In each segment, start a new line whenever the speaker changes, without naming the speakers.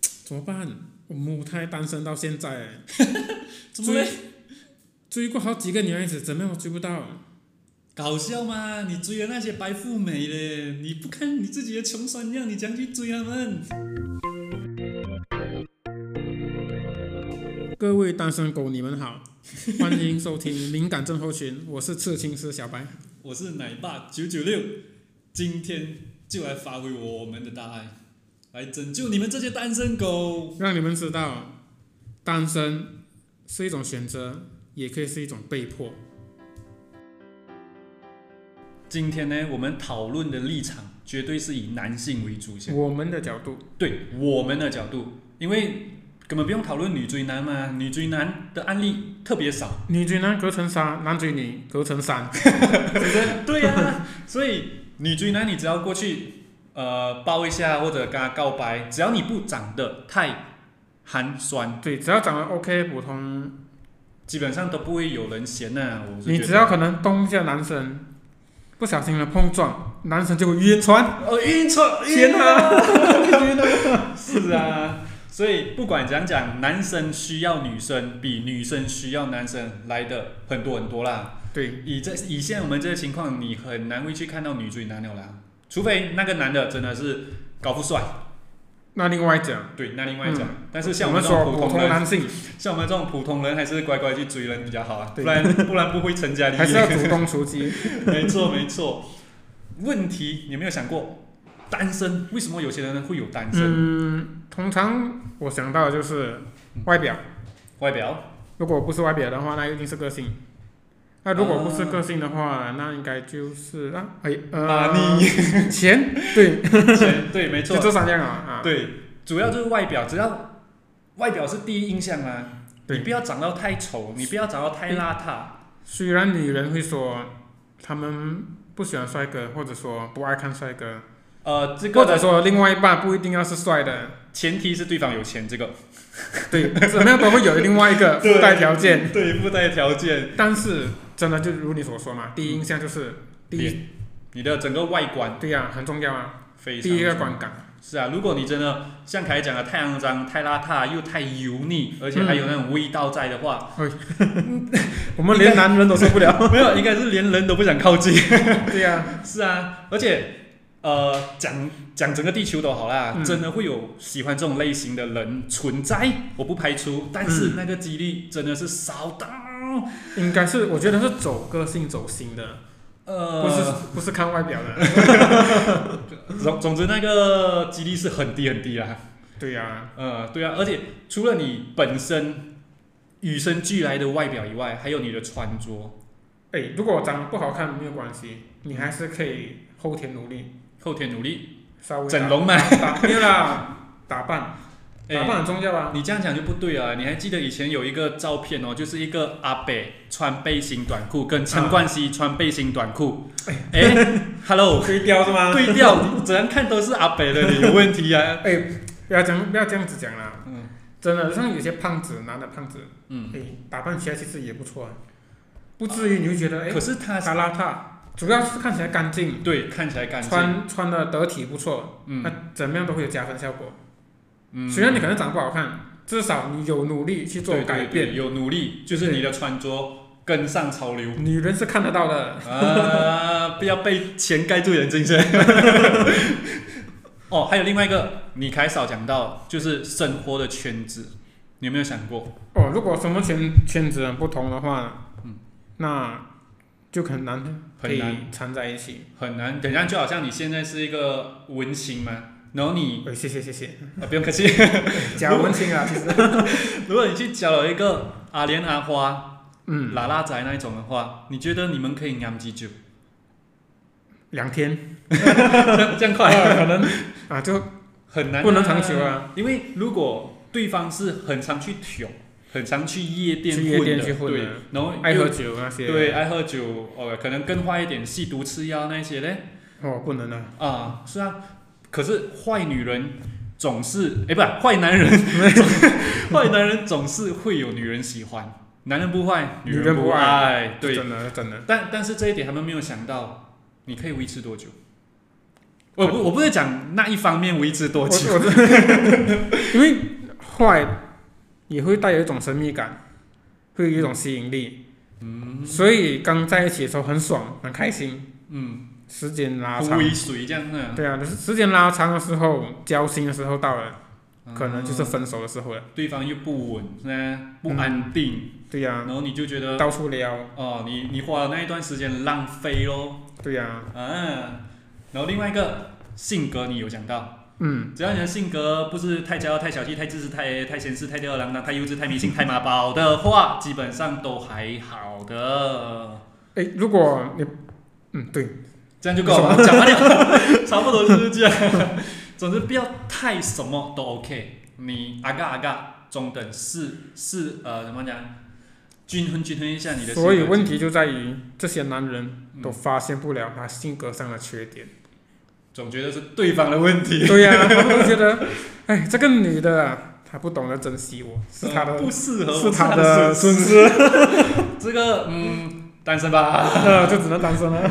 怎么办？我母胎单身到现在，
怎么会？
追过好几个女孩子，怎么样我追不到？
搞笑吗？你追的那些白富美嘞，你不看你自己的穷酸样，你将去追他们？
各位单身狗，你们好， 欢迎收听《敏感症候群》，我是刺青师小白。
我是奶爸九九六，今天就来发挥我们的大爱，来拯救你们这些单身狗。
让你们知道，单身是一种选择，也可以是一种被迫。
今天呢，我们讨论的立场绝对是以男性为主先，
我们的角度，
对我们的角度，因为根本不用讨论女追男嘛，女追男的案例特别少。
女追男隔层纱，男追女隔层山。
对呀、所以女追男，你只要过去，呃，抱一下或者跟他告白，只要你不长得太寒酸，
对，只要长得 OK 普通，
基本上都不会有人嫌呐、我是
你
觉得
只要可能动一下男生，不小心的碰撞，男生就会晕船。
哦，晕船，
天
哪，是啊， 所以不管怎样讲，男生需要女生比女生需要男生来的很多很多啦。
对，
以这以现在我们这个情况，你很难会去看到女追男了啦，除非那个男的真的是高富帅，
那另外讲，
对，那另外讲。但是像
嗯我
我
们
这
说
种普
普
通
通
人，
男 性
像我们这种普通人，还是乖乖去追人比较好啊，不
对
然不然不会成家立
还是 要
业。
主动出击。
没错没错。问题你有没有想过，单身为什么有些人会有单身？
嗯，通常我想到的就是外表，
外表
如果不是外表的话，那一定是个性。那如果不是个性的
呃
话，那应该就是啊，哎呃，
把你
钱，对，
钱对，没
就
错，
这三样啊啊，
对，主要就是外表，只要外表是第一印象啊。
对
你不要长到太丑，你不要长到太邋遢，
虽然女人会说她们不喜欢帅哥，或者说不爱看帅哥，
呃，这
或
个
者
的
说另外一半不一定要是帅的，
前提是对方有钱，这个
对，怎么样都会有另外一个
对
附带条件。
对附带条件，
但是真的就如你所说嘛，第一印象就是第一，
脸，你的整个外观
对呀、很重要啊，
非常
第一个
重要
观感，
是啊，如果你真的像凯讲的太肮脏、太邋遢，又太油腻，而且还有那种味道在的话，
我们连男人都受不了。
没有，应该是连人都不想靠近。
对呀、
是啊，而且呃，讲讲整个地球都好啦，
嗯
真的会有喜欢这种类型的人存在，我不排除，但是那个几率真的是少到，
应该是我觉得是走个性走心的，不是、
呃，
不是看外表的。
总总之那个几率是很低很低啦。
对呀、
呃，对啊，而且除了你本身与生俱来的外表以外，还有你的穿着。
哎，如果长得不好看没有关系，你还是可以后天努力，
后天努力
稍微
整容嘛，
打没有啦，打 扮
哎
打扮很重要啊。
你这样讲就不对啊！你还记得以前有一个照片哦，就是一个阿北穿背心短裤，跟陈冠希穿背心短裤。哎、h e l l o
可以雕是吗？
对调，你怎样看都是阿北的，你有问题啊！
哎，不要讲不要这样子讲啦，
嗯
真的像有些胖子，男的胖子，
嗯，哦
哎，打扮起来其实也不错啊，不至于你会觉得哎
可是他
他邋遢，主要是看起来干净，
对看起来干净，
穿穿的得体不错，
嗯
那怎么样都会有加分效果。
嗯，
虽然你可能长得不好看，至少你有努力去做
对
改
对
变，
对有努力，就是你的穿着跟上潮流
女人是看得到的。
啊，不要被钱盖住眼睛先。 哦，还有另外一个，你凯少讲到就是生活的圈子，你有没有想过？
哦，如果什么圈圈子很不同的话，那就很难可
嗯很
以
难
掺在一起。
很难，等一下就好像你现在是一个文青嘛，然后 你
哎，谢谢谢谢，
啊不用客气，
假文青啊，其实，
如果你去交了一个阿莲阿花、
嗯，
拉拉仔那一种的话，你觉得你们可以酿 几久？
两天
这样这样
啊
快，
可能 啊就
很难、
不能长久，啊，
因为如果对方是很常去挑，很常去夜店
去夜
混
店
的，
去混的
对，然后
爱
又
喝酒那些，
对，爱喝酒，哦，可能更坏一点，吸毒吃药那些嘞。
哦不能啊，
啊、是啊，可是坏女人总是，哎，不是坏男人， 总坏男人总是会有女人喜欢，男人不坏，
女
人
人
不
不
爱，对。
真的真的
但但是这一点他们没有想到，你可以维持多久？我不我不是讲那一方面为之
我
多情，
我 因为坏也会带有一种神秘感，会有一种吸引力。嗯，所以刚在一起的时候很爽，很开心。
嗯，
时间拉
不
长，
为谁这样嗯的，
对啊，就是时间拉长的时候，交心的时候到了，可能就是
嗯
分手的时候了。
对方又不稳，是吧不安定，
对呀、
然后你就觉得
到处撩，
哦，你你花了那一段时间浪费咯，
对呀、
啊，然后另外一个性格你有讲到，
嗯，
只要你的性格不是太骄傲、太小气、太自私、太太闲事、太吊儿郎当、太幼稚、太迷信、太妈宝的话，基本上都还好的，
哎，如果你，嗯，对，
这样就够了，讲完了，差不多就是这样。总之不要太什么都 OK，你阿嘎阿嘎中等是是呃怎么讲，均衡均衡一下你的性格。
所以问题就在于这些男人
嗯
都发现不了他性格上的缺点。
总觉得是对方的问题，
对呀、他们会觉得，哎，这个女的啊，她不懂得珍惜我，是她
呃
的，
不适合我，
是她
她
的
损
损
失。
失，
这个嗯，单身吧。
呃，就只能单身了。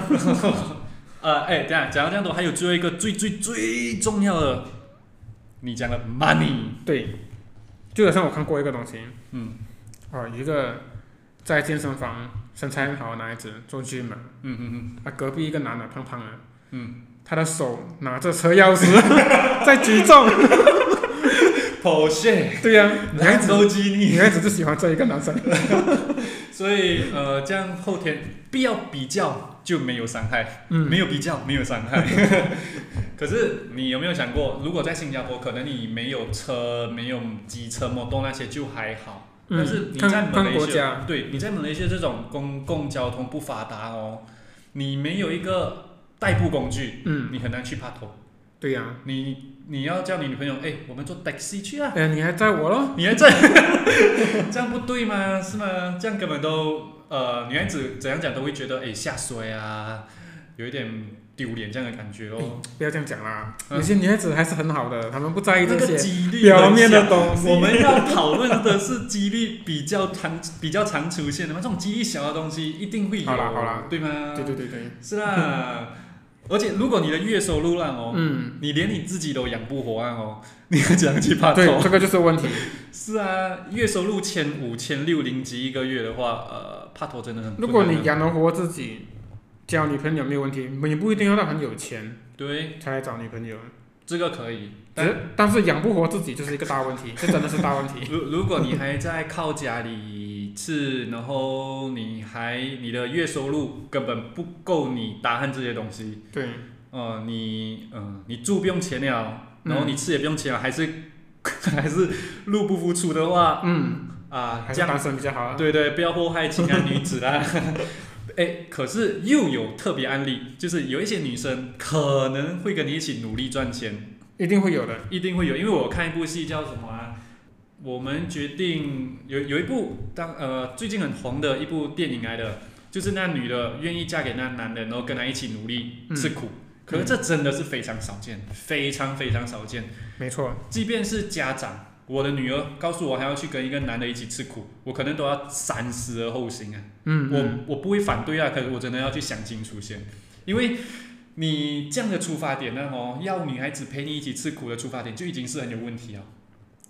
呃，哎，等一下讲到这样多，还有最后一个最最最重要的，你讲的 money，
对，就好像我看过一个东西，
嗯
哦，一个在健身房身材很好的男孩子做 gym 嘛，
嗯嗯
啊，隔壁一个男的胖胖的，
嗯
他的手拿着车钥匙 在举重，
嗯，Porsche，
对 呀、女孩
兰
子
博基尼，
女孩子就喜欢这一个男生。
所以呃，这样后天不要比较就没有伤害，
嗯，
没有比较没有伤 害。可是你有没有想过，如果在新加坡，可能你没有车、没有机车、摩托那些就还好。
嗯
但是你
看
在马
看
来
国
西亚
家，
对，你在马来西亚这种公共交通不发达哦，你没有一个代步工具，
嗯，
你很难去爬头。
对呀、
你你要叫你女朋友，哎，我们坐 taxi 去 啊！
哎呀，你还载我咯？
你还这 这样不对吗？是吗？这样根本都呃，女孩子怎样讲都会觉得哎下水啊，有一点丢脸这样的感觉哦。
哎不要这样讲啦，
嗯
有些女孩子还是很好的，她们不在意
那
这
个
些
几率
哎表
很
面的
小
东西。
我们要讨论的是几率比较常、比较常出现的嘛，这种几率小的东西一定会有，
好啦好啦
对吗？
对对对对，
是啦。而且如果你的月收入烂哦，
嗯，
你连你自己都养不活啊哦， 你还怎样去怕
对，
头？
这个就是问 题。
是啊，月收入千五、千六零几一个月的话，呃，怕头真的很困难啊。
如果你养得活自己，交女朋友没有问题，你不一定要到很有钱
对
才来找女朋友。
这个可以，
只是但是养不活自己就是一个大问 题，这真的是大问题。
如如果你还在靠家里吃，然后你还你的月收入根本不够你打汉这些东西，
对，
呃，你呃你住不用钱了，
嗯
然后你吃也不用钱了，还是 还是入不敷出的话
嗯，
啊、
还
这
是
样
单身比较好啊。
对对，不要祸害情感女子啦。 哎，可是又有特别案例，就是有一些女生可能会跟你一起努力赚钱，
一定会有的。
一定会有，因为我看一部戏叫什么啊？我们决定有有一部当呃最近很红的一部电影来的，就是那女的愿意嫁给那男的，然后跟他一起努力
嗯
吃苦。可是这真的是非常少见，非常非常少见。
没错，
即便是家长，我的女儿告诉我还要去跟一个男的一起吃苦，我可能都要三思而后行啊。
嗯，嗯
我我不会反对啊，可是我真的要去想清楚先，因为你这样的出发点呢，哦，要女孩子陪你一起吃苦的出发点就已经是很有问题了。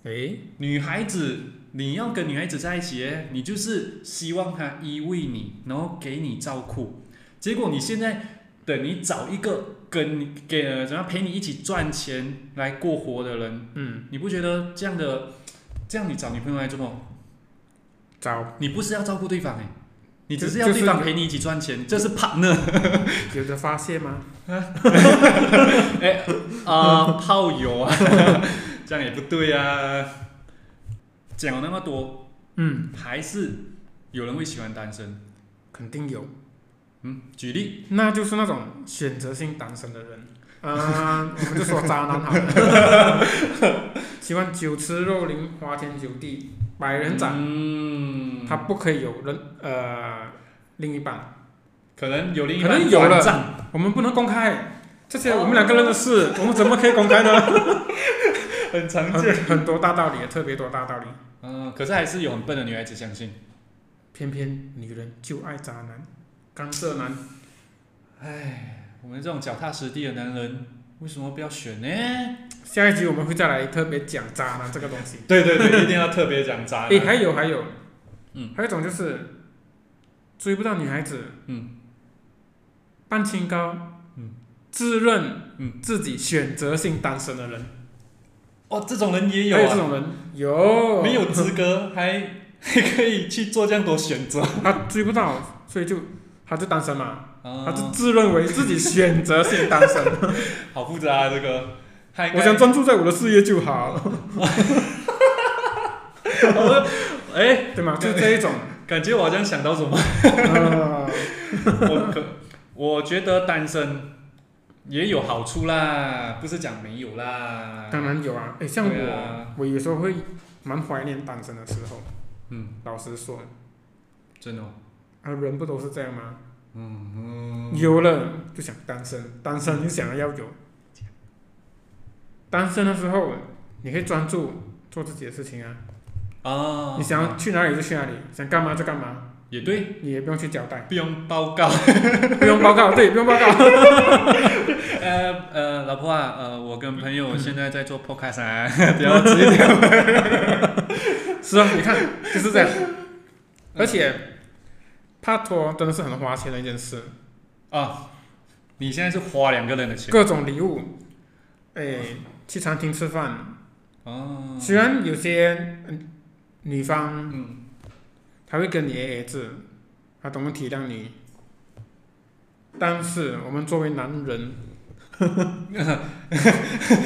诶，
女孩子，你要跟女孩子在一起，你就是希望她依偎你，然后给你照顾。结果你现在等你找一个跟你给呃怎么样陪你一起赚钱来过活的人，
嗯，
你不觉得这样的这样你找女朋友来做么？
找
你不是要照顾对方哎，你只
就是
要对
就是
方陪你一起赚钱，这是 partner
有的发泄吗？
啊、炮友啊， 这样也不对啊。讲了那么多，
嗯，
还是有人会喜欢单身。
肯定有。
嗯，举例，
那就是那种选择性单身的人，啊、我们就说渣男好了， 喜欢酒池肉林、花天酒地、百人斩，
嗯，
他不可以有人呃另一半，
可能有另一
可
半
能有了
转账，
我们不能公开这些我们两个人的事，我们怎么可以公开呢？
很常
很。很多大道理，特别多大道理，
嗯、可是还是有很笨的女孩子相信。
偏偏女人就爱渣男、甘蔗男，
唉，我们这种脚踏实地的男人，为什么不要选呢？
下一集我们会再来特别讲渣男这个东西。
对对对，一定要特别讲渣
诶，哎
男。
还有还有，
啊嗯，
还有一种就是追不到女孩子，
嗯，
半清高，
嗯，
自认
嗯
自己选择性单身的人，
哦，这种人也
还有
有
这
啊，
种人有
没有资格还 还可以去做这样多选择
他追不到，所以就他就单身嘛，他就
啊，
自认为自己选择性单身，
好复杂啊这个。他应该
我想专注在我的事业就好，
哎，
对吗？就是这一种，
感觉我好像想到什么，
啊
我可我觉得单身也有好处啦，不是讲没有啦。
当然有啊。诶，像
对
我，
啊，
我有时候会蛮怀念单身的时候，
嗯，
老实说，
真的哦，
啊，人不都是这样吗？
嗯嗯，
有了就想单身，单身就想要有。单身的时候，你可以专注做自己的事情啊，
啊，
你想要去哪里就去哪里，想干嘛就干嘛，
也对，
你也不用去交代，
不用报告。
不用报告，对，不用报告。
呃呃，老婆啊，呃，我跟朋友现在在做 podcast 啊， 比较直接。
是啊，你看就是这样。而且，帕托真的是很花钱的一件事，
啊，你现在是花两个人的钱
各种礼物，哎，去餐厅吃饭，
哦，
虽然有些嗯女方
嗯，
他会跟你 AA 制，他懂得体谅你。但是我们作为男 人，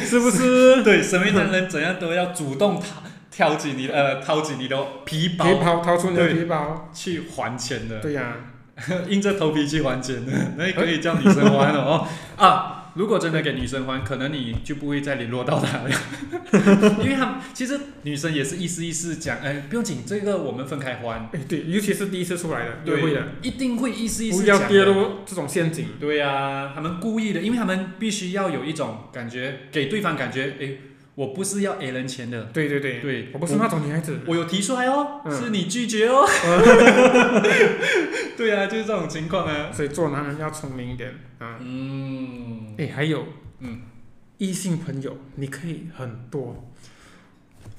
是不是
对，身为男人怎样都要主动掏挑起你的呃掏起你的皮
皮
包
包掏出你的
对
皮包？
去还钱的，
对呀、
硬着头皮去还钱的， 那可以叫女生还了哦啊。如果真的给女生还，可能你就不会再联络到她了， 因为他们其实女生也是意思意思讲，哎，不用紧，这个我们分开还。
哎对，尤其是第一次出来的约
对
会的，
一定会意思意
不
思
要
讲
跌
的。
入这种陷阱。
对呀、他们故意的，因为他们必须要有一种感觉，给对方感觉，诶，我不是要 A 人钱的，
对对对，
对
我不是那种女孩子。
我有提出来哦，
嗯
是你拒绝 哦。对啊，就是这种情况啊。
所以做男人要聪明一点啊！
嗯，
哎，还有，
嗯，
异性朋友你可以很多，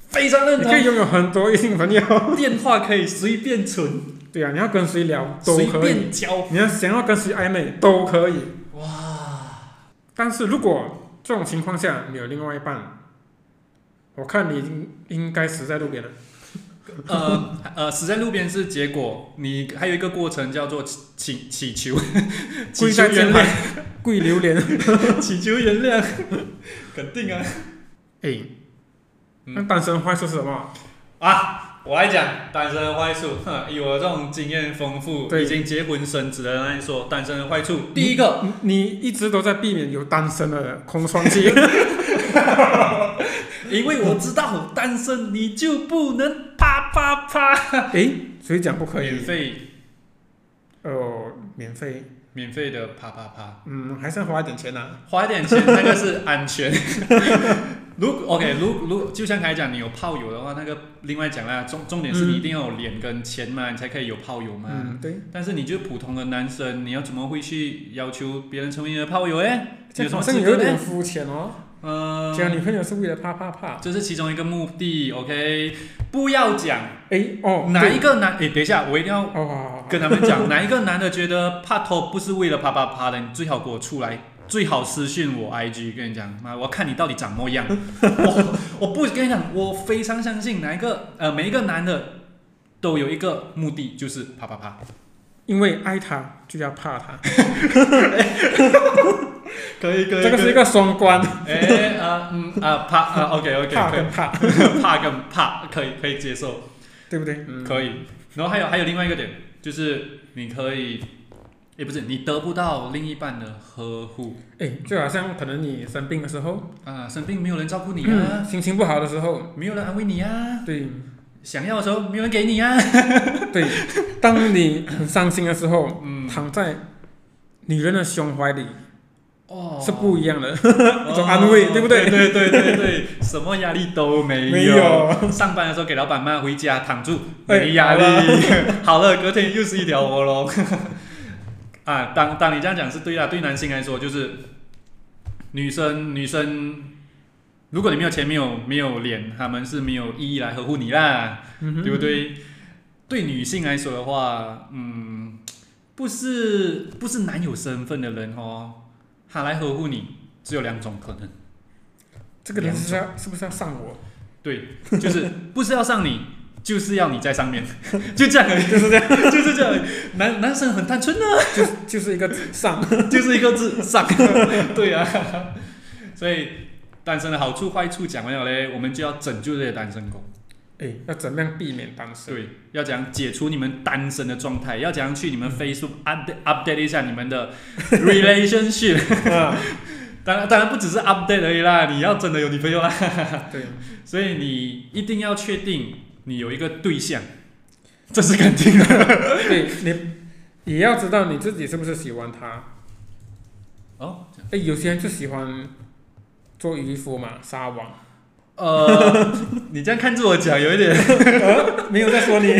非常认
你可以
同。
拥有很多异性朋友。
电话可以随便存，
对啊呀、你要跟谁聊都
随
可以，
便交。
你要想要跟谁暧昧都可以。
哇，
但是如果这种情况下你有另外一半，我看你应应该死在路边了。
呃 呃，死在路边是结果，你还有一个过程叫做祈祈祈求， 祈
跪
求
在
原
键
谅，
盘， 跪榴 莲。
祈求原谅， 肯定啊。
哎，
嗯
那单身坏处是什么？
啊，我来讲单身的坏处。 哼，以我这种经验丰富、
对
已经结婚生子的人来说，单身的坏处，第一个，
你你一直都在避免有单身的空窗 期。
因为我知道单身你就不能啪啪啪，
哎，谁讲不可
免
以？
费
哦，免费，
免费的啪啪啪，
嗯，还是要花一点钱呐、啊。
花一点钱那个是安全。 如 OK，如如就像刚才讲，你有炮友的话，那个另外讲啦，重重点是你一定要有脸跟钱嘛，你才可以有炮友嘛。
嗯，对，
但是你就是普通的男生，你要怎么会去要求别人成为你的炮友哎？
这
有什
好
么
像
资
有
格
点
呢？
肤浅哦。
嗯，
交女朋友是为了怕怕怕。
这是其中一个目的，OK？不要讲
哎，哦，
哪
对
一个男，诶，等一下，我一定要
哦，好好好
跟他们讲，哪一个男的觉得怕头不是为了啪啪啪的，你最好给我出来，最好私讯我 IG，跟你讲，妈，我要看你到底长么样。 我我不跟你讲，我非常相信哪一个呃，每一个男的都有一个目的，就是啪啪啪。
因为爱他就要怕他，
可以可
这个 是一，个双关，
哎啊嗯啊怕啊，OK OK，
怕
可以
跟怕，
怕跟怕可以可以接受。
对不对？嗯，
可以。然后还有还有另外一个点，就是你可以，也不是你得不到另一半的呵护
哎，就好像可能你生病的时候，
啊，生病没有人照顾你
嗯
啊，
心情不好的时候，
没有人安慰你啊，
对
想要的时候没有人给你啊。
对，当你很伤心的时候，
嗯，
躺在女人的胸怀里
哦，
是不一样的，
一
一种安慰对不对
哦对对对对对，什么压力都没
没
有。
有，
上班的时候给老板骂，回家躺住，
哎
没压力。 好了，隔天又是一条活 龙。啊，当当你这样讲是对的，对男性来说就是女生女生，如果你没有钱没有没有脸，他们是没有意义来呵护你啦，对不对？对女性来说的话，嗯，不是不是男友身份的人哦，他来呵护你只有两种可能，
这个人是不是要是不是要上我？
对，就是不是要上你，就是要你在上面， 就这样而已，
就是这样，
就是这样而已。男男生很单纯的。啊
就是就是一个上，
就是一个字上。 对啊，所以单身的好处坏处讲完了嘞，我们就要拯救这些单身狗。
哎，要怎么样避免单身？
对，要怎样解除你们单身的状态？要怎样去你们 Facebook update update 一下你们的 relationship？
啊，
当然，当然不只是 update 而已啦，你要真的有女朋友啦。
对，
所以你一定要确定你有一个对象，这是肯定的。
对你也要知道你自己是不是喜欢他。
哦，
哎，有些人就喜欢做渔夫嘛，撒网，
呃，你这样看着我讲有一点。
没有在 说你。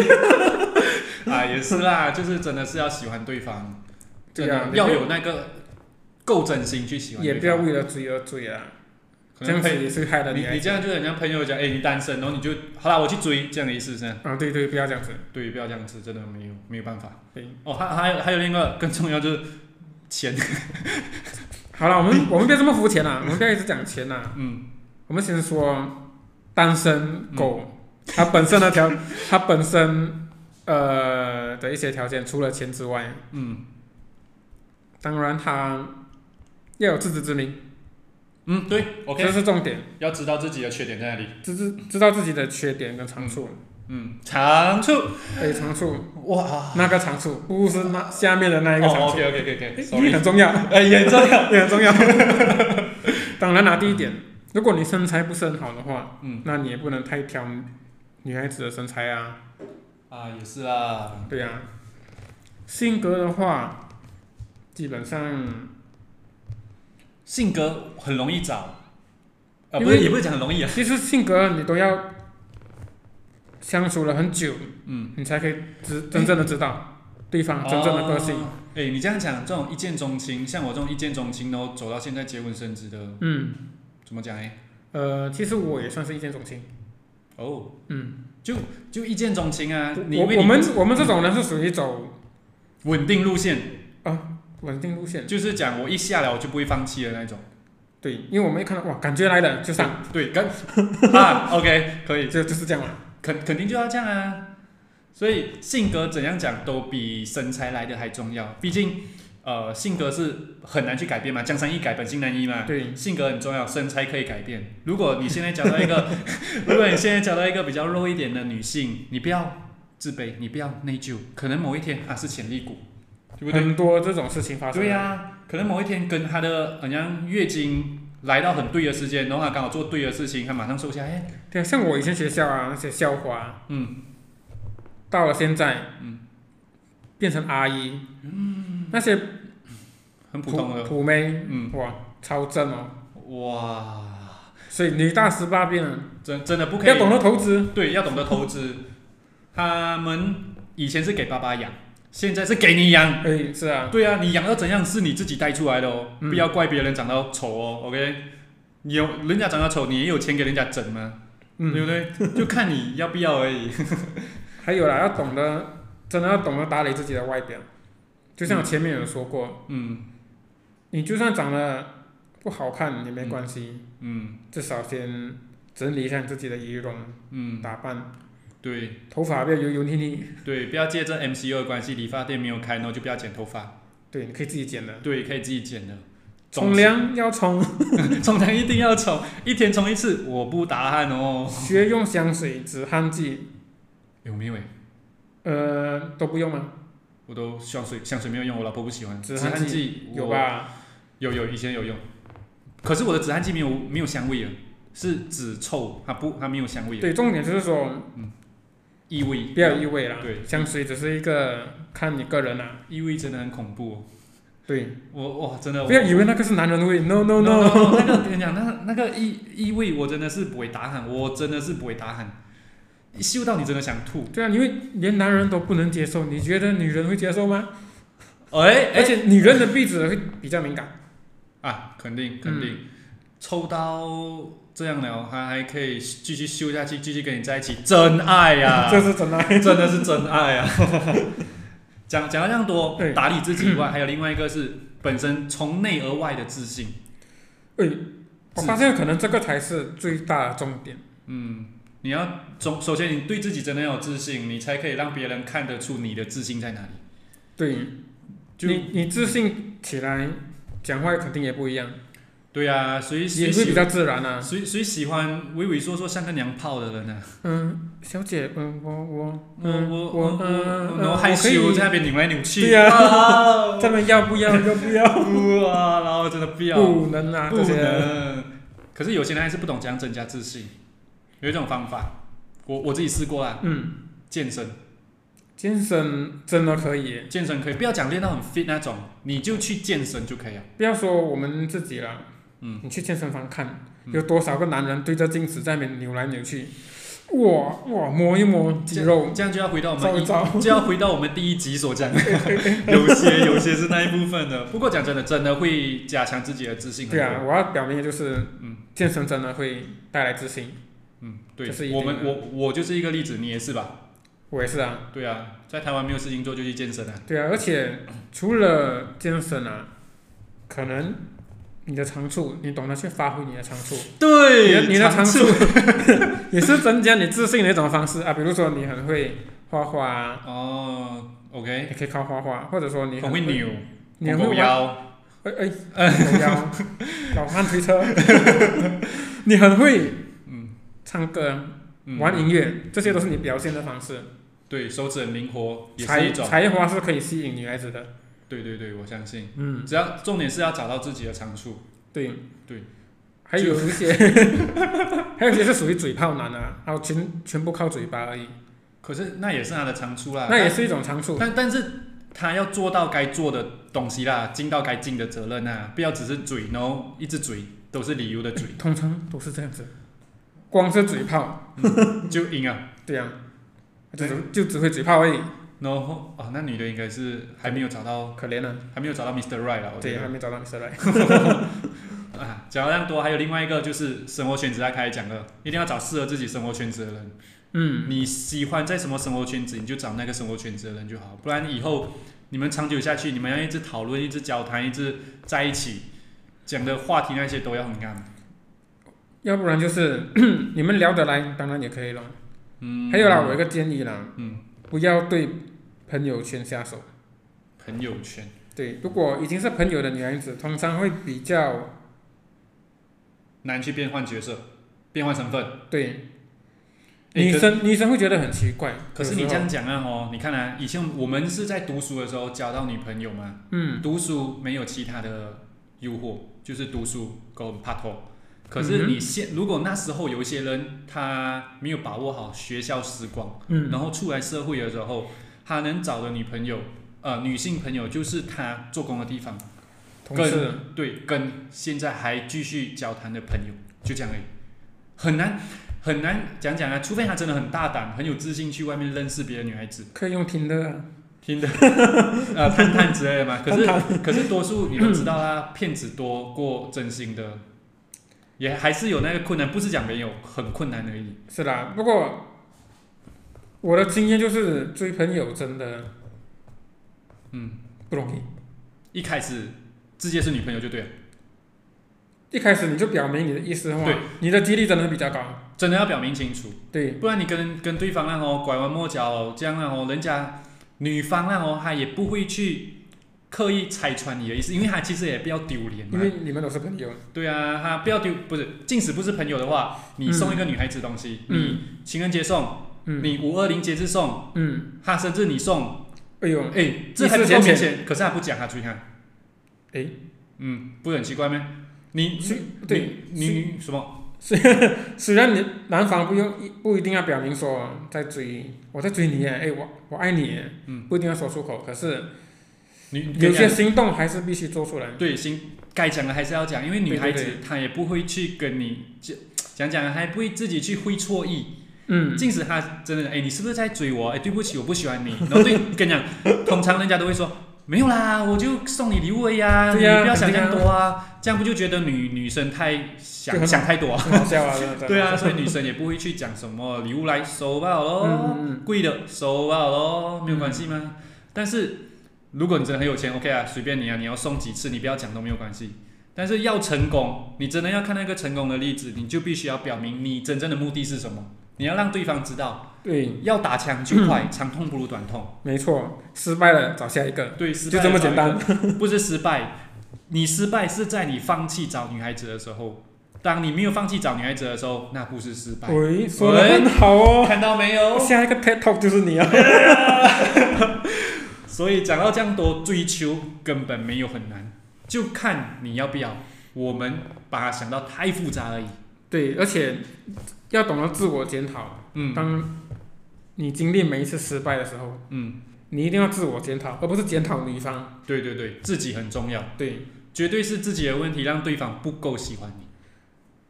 啊，也是啦，就是真的是要喜欢对方，
对
真的
啊
要
你
有那个够真心去喜欢
也
对
不要
方。
为了追而追啊，
可
这
能
样子
朋
也是害了
你
爱
你这样就很像朋友讲，哎、你单身，然后你就好啦，我去追，这样的意思是吗？
啊，对对，不要这样子。
对，不要这样子，真的没有没有办法。
对，
哦，还还有还有另一个更重要就是钱，
好了，我们我们不要这么肤浅啦，我们不要一直讲钱啦，
嗯，
我们先说单身狗，它本身的条， 它本身呃的一些条件，除了钱之外，
嗯
当然它要有自知之明，
嗯，对
这
，OK，
是重点，
要知道自己的缺点在哪里。
知知知道自己的缺点跟长处，
嗯，长处，
哎，长处
哇，
那个长处不是那下面的那一个
哦
长处，
，OK OK OK
哎
OK，
你
sorry，
很重要。
哎，也重要，
也很重要。当然啦，第一点，如果你身材不是很好的话，
嗯，
那你也不能太挑女孩子的身材啊，
啊，也是啦，
对呀、性格的话，基本上
性格很容易找，啊，
因
不是
为
也不是讲很容易啊。
其实性格你都要相处了很久，
嗯，
你才可以知真正的知道对方真正的个性。
哦。哎、你这样讲，这种一见钟情，像我这种一见钟情，然后走到现在结婚生子的，
嗯，
怎么讲？哎，
呃，其实我也算是一见钟情。
哦，
嗯，
就就一见钟情啊！你
我
因为你
我们我们这种人是属于走啊
稳定路线，
稳定路线，
就是讲我一下来我就不会放弃的那种。
对，因为我们一看到哇，感觉来了就上，
对， 跟啊，OK，可以，
就就是这样嘛。
肯肯定就要这样啊。所以性格怎样讲都比身材来的还重要，毕竟呃性格是很难去改变嘛，江山易改，本性难移嘛。
对，
性格很重要，身材可以改变。如果你现在找到一 个，如果你现在找到一个比较肉一点的女性，你不要自卑，你不要内疚，可能某一天啊她是潜力股，对不对？
很多这种事情发生。
对呀、可能某一天跟她的好像月经来到很对的时间，然后她刚好做对的事情，她马上瘦下来。哎
对啊，像我以前学校啊，那些校花，
嗯，
到了现在，变成阿姨，那些
很嗯普
普
通的，
普妹，
嗯，
哇，超正哦。
哇，
所以女大十八变啊，
真真的不可以
要懂得投资。
对，要懂得投资。他们以前是给爸爸养，现在是给你养。
哎，是啊，
对啊，你养到怎样是你自己带出来的哦，
嗯
不要怪别人长到丑哦，OK？你有人家长得丑，你也有钱给人家整吗？对
嗯，
不 对？就看你要不要而已。
还有啦，要懂得，真的要懂得打理自己的外表。就像我前面有说过，
嗯
你就算长得不好看也没关系，
嗯
至少先整理一下你自己的仪容、
嗯，
打扮，
对
头发不要油油腻腻。
对，不要借着 MCU 的关系，理发店没有开，然后就不要剪头发。
对，你可以自己剪的。
对，可以自己剪的。
冲凉要冲，
总是， 冲凉一定要冲，一天冲一次，我不打汗哦。
学用香水、止汗剂，
有没有欸诶？
呃，都不用吗？
我都香水香水没有用，我老婆不喜欢。
止汗剂
剂
有
我
吧？
有有以前有用，可是我的止汗剂没有没有香味啊，是止臭，它不它没有香味，
对，重点就是说
异味，
不要有异味啦。
对
香水只是一个看你个人啦。
异味真的很恐怖、哦，
对，
我哇真的
不要以为那个是男人味，no no
no
no。
no，那个跟你讲，那那个异异味我真的是不会打喊，我真的是不会打喊，一嗅到你真的想吐，
对啊，因为连男人都不能接受，你觉得女人会接受吗？
哎
而且女人的鼻子会比较敏感，
啊，肯定肯定，抽到这样了，还还可以继续修下去，继续跟你在一起，真爱啊呀、
这是真爱。
真的是真爱啊！ 讲讲了这样多
对，
打理自己以外，还有另外一个是本身从内而外的自信。
我发现可能这个才是最大的重点。
你要总首先你对自己真的要有自信，你才可以让别人看得出你的自信在哪里。
对，
嗯就
你你自信起来，讲话肯定也不一样，
对啊，谁谁
也会比
喜
较自然啊。
谁谁喜欢畏畏缩缩像个娘炮的人呢、
嗯，小姐，嗯，我我
我
嗯
我
我
我
嗯
我
嗯
然后害
我可以
羞在那边扭来扭去，
对啊
啊
这边要不要要不要？
不啊，然后真的不 要，
不能啊，这
不
些
能。可是有些人还是不懂怎样增加自信，有一种方法，我我自己试过啦，
嗯，
健身，
健身真的可以，
健身可以，不要讲练到很 fit 那种，你就去健身就可以了。
不要说我们自己了，
嗯，
你去健身房看，
嗯
有多少个男人对着镜子在那边扭来扭去，哇哇摸一摸肌肉，
这样就要回到我
照一
们一，
照，
就要回到我们第一集所 讲的，有些有些是那一部分的。不过讲真的，真的会加强自己的自信很
对
多。
啊，我要表明的就是，
嗯，
健身真的会带来自信，
嗯，对
这是一，定
我
的
们我我就是一个例子，你也是吧？
我也是啊，
对啊，在台湾没有事情做就去健身啊。
对啊，而且除了健身啊，可能你的长处，你懂得去发挥你的长处，你的
对
你的长
处
处 也是增加你自信的一种方式啊，比如说你很会画画啊，
哦，OK，
你可以靠画画，或者说你
很会，扭，
你很
狗
会
狗
玩
腰。
哎哎，狗腰，老汉推车，你很会，
嗯，
唱歌、
嗯
玩音乐，这些都是你表现的方式。
对手指很灵活，也是
才
一种。
才华是可以吸引女孩子的。
对对对，我相信，
嗯，
只要重点是要找到自己的长处。
对
对，
还有一些，还有一些是属于嘴炮男啊，然后全全部靠嘴巴而已，
可是那也是他的长处啦，
那也是一种长处。
但但是他要做到该做的东西啦，尽到该尽的责任啊，不要只是嘴，然后一直嘴都是理 由的嘴
通常都是这样子，光是嘴炮，
就赢啊。
对呀、就只就只会嘴炮而已，
然后哦，那女的应该是还没有找到，
可怜了。
还没有找到 Mr. Right 啊啦，我觉
对，还
得。
没找到你生来。
啊，讲了那样多，还有另外一个就是生活圈子，他开始讲了，一定要找适合自己生活圈子的人。
嗯，
你喜欢在什么生活圈子，你就找那个生活圈子的人就好，不然以后你们长久下去，你们要一直讨论、一直交谈、一直在一起，讲的话题那些都要很干。
要不然就是 你们聊得来，当然也可以了。
嗯，
还有啦，我有一个建议啦，
嗯，
不要对朋友圈下手。
朋友圈，
对，如果已经是朋友的女孩子，通常会比较
难去变换角色，变换身
嗯
份。
对
诶
女
可
生女生会觉得很奇怪。
可是
有时
你
候
这样讲啊，哦，你看啊，以前我们是在读书的时候交到女朋友嘛，
嗯，
读书没有其他的诱惑，就是读书跟拍拖。可
嗯
是
哼
你现如果那时候有一些人他没有把握好学校时光。
嗯
然后出来社会的时候，他能找的女朋友，呃，女性朋友就是他做工的地方，
同事
对，跟现在还继续交谈的朋友，就这样而已，很难很难讲讲啊，除非他真的很大胆，很有自信去外面认识别的女孩子，
可以用听的啊，
听的，呃，探探之类的嘛。可是可是多数你都知道啦，骗子多过真心的，也还是有那个困难，不是讲没有，很困难而已。
是啦。不过我的经验就是追朋友真的，
嗯，
不容易。
一开始直接是女朋友就对了。
一开始你就表明你的意思的话
对，
你的几率真的会比较高。
真的要表明清楚，
对，
不然你跟跟对方那哦拐弯抹角哦，这样那哦，人家女方那哦，她也不会去刻意拆穿你的意思，因为她其实也不要丢脸
因
嘛。
为你们都是朋友，
对啊，她不要丢，不是，即使不是朋友的话，你送一个女孩子东西，
嗯
你情人节送，
嗯
你五二零节日送，
嗯，
她生日你送，
哎呦，
哎，这还不
一次
够
钱
明显，可是她不讲，她追她，
哎，
嗯，不是很奇怪吗？你
虽
你
对
你你什么？
虽 然你男方不用一不一定要表明说在追我在追你耶，哎，我我爱你耶，
嗯
不一定要说出口，可是
你你
有
跟人家
些行动还是必须做出来。
对，行，该讲的还是要讲，因为女孩
对
子她也不会去跟你就讲讲，还不会自己去会错意。
嗯，
即使 她真的，哎，你是不是在追我？哎，对不起，我不喜欢你。然后对，跟你讲，通常人家都会说，没有啦，我就送你礼物而已啊，
对呀
你不要想
肯
这
定啊
样多啊，这样不就觉得女女生太
对
想
很
想 太多啊？
很好笑啊，真的。
对
啊，
啊，所以女生也不会去讲什么礼物来收吧咯，
嗯嗯嗯
贵的收吧咯，没有关系吗？但是如果你真的很有钱，OK 啊，随便你啊，你要送几次，你不要讲都没有关系。但是要成功，你真的要看那个成功的例子，你就必须要表明你真正的目的是什么，你要让对方知道，
嗯，对，
要打枪就快，
嗯
长痛不如短 痛。
没错，失败了找下一个，
对，失败
就这么简单。
不是失败，你失败是在你放弃找女孩子的时候。当你没有放弃找女孩子的时候，那不是失败。
喂，说的很好哦，
看到没有？
下一个 TED Talk 就是你啊。
所以讲到这样多追求，根本没有很难，就看你要不要。我们把它想到太复杂而已。
对，而且要懂得自我检讨。
嗯
当你经历每一次失败的时候，
嗯，
你一定要自我检讨，而不是检讨女方。
对对对，自己很重要，
对，
绝对是自己的问题，让对方不够喜欢你。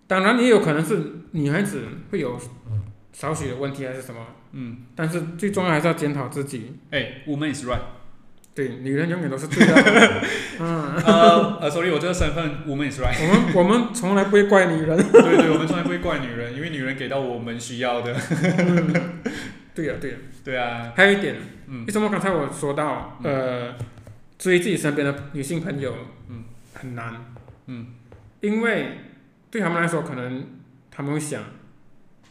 当然也有可能是女孩子会有少许的问题还是什么，
嗯，
但是最重要还是要检讨自己。
哎，woman is right。
对，女人永远都是对的。 嗯，
呃呃，sorry，我这个身份 woman is right。
我们我们从来不会怪女人。
对对，我们从来不会怪女人，因为女人给到我们需要的。
对呀、对呀、
对啊，
还有一点，
嗯
为什么刚才我说到呃，追自己身边的女性朋友，
嗯，
很难，
嗯，
因为对他们来说，可能他们会想，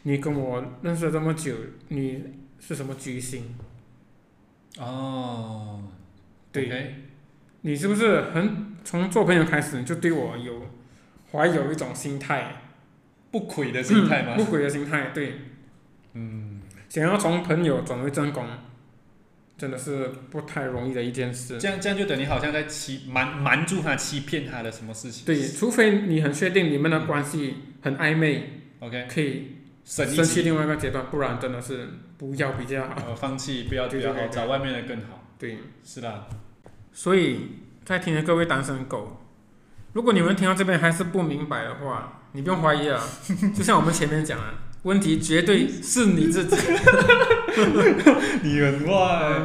你跟我认识了这么久，你是什么居心？
哦，
对
OK，
你是不是很从做朋友开始你就对我有怀有一种心态，
不亏的心态
不
嘛。
轨的心态，对，
嗯，
想要从朋友转为正宫，真的是不太容易的一件事。
这样这样就等于好像在欺瞒瞒住他、欺骗他的什么事情。
对，除非你很确定你们的关系很暧昧，
，OK，
可以
省一
升去
级，
另外一个阶段，不然真的是不要比较好。
呃，放弃不要比
对
较好，
对对对
找外面的更好。
对，
是啦，
所以在听的各位单身狗，如果你们听到这边还是不明白的话，你不用怀 疑啊，就像我们前面讲啊，问题绝对是你自己。
你很坏。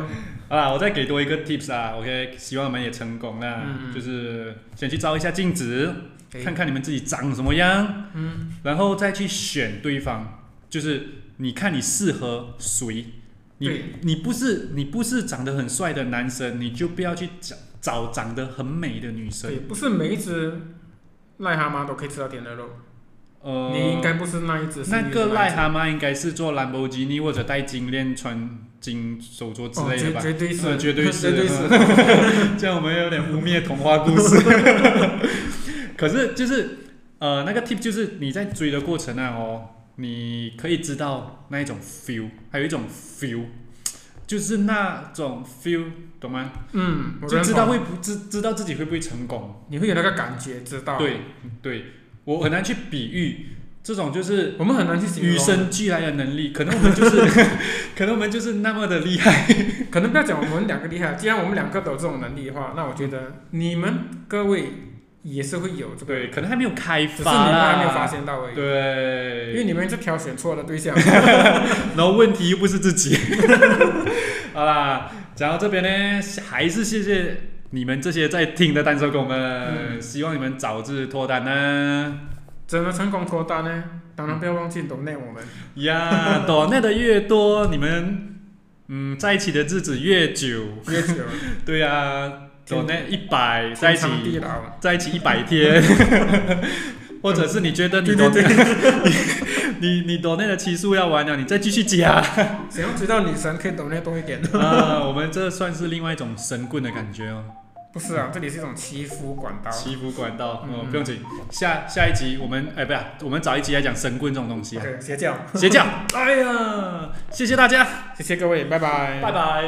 好啦，我再给多一个 tips 啊，OK，希望你们也成功啦。
嗯嗯
就是先去照一下镜子，
哎
看看你们自己长什么样，嗯，然后再去选对方，就是你看你适合谁，
对
你你不是你不是长得很帅的男生，你就不要去找找长得很美的女
对，
生。
不是每一只癞蛤蟆都可以吃到点的肉，
呃，
你应该不是那一只。
那个癞
蟆
蛤蟆应该是做兰博基尼或者戴金链、穿金手镯之
哦，
类的
绝
吧？
绝对是，
呃绝对
绝
是
对是。
这样我们有点污蔑童话故事。可是就是呃，那个 tip 就是你在追的过程啊，哦，你可以知道那一种 feel，还有一种 feel，就是那种 feel，懂吗？
嗯，我
就知
认同
道会不知知道自己会不会成功。
你会有那个感觉，知道。，
对对，我很难去比喻这种就是
我们很难去形容。
与生俱来的能力，可能我们就是 可能我们就是那么的厉害。
可能不要讲我们两个厉害，既然我们两个都有这种能力的话，那我觉得你们各位也是会有这个，
对，可能还没有开
只是你
发
们还没有发
啦。
现到而已。因为
对，
你们是挑选错了对象。
然后问题又不是自己。 好啦，讲到这边呢，还是谢谢你们这些在听的单身狗们，希望你们早日脱单呢、
怎么成功脱单呢？当然不要忘记 d o 我们。
呀，懂内的越多，你们嗯在一起的日子越久。
越久
对啊，懂内一百在
天长
一起
地老。
在一起一百天， 或者是你觉得你
对
懂
对对，
你你懂那个期数要完了，你再继续加
想要追到女神可以 d o 多一点。
啊！我们这算是另外一种神棍的感觉哦，
不是啊，这里是一种欺负管道。
祈福管道哦
嗯，
不用紧，下下一集我们哎，不是啊，我们找一集来讲神棍这种东西啊，
对，邪教。
邪教。哎呀，谢谢大家，
谢谢各位，拜拜。
拜拜。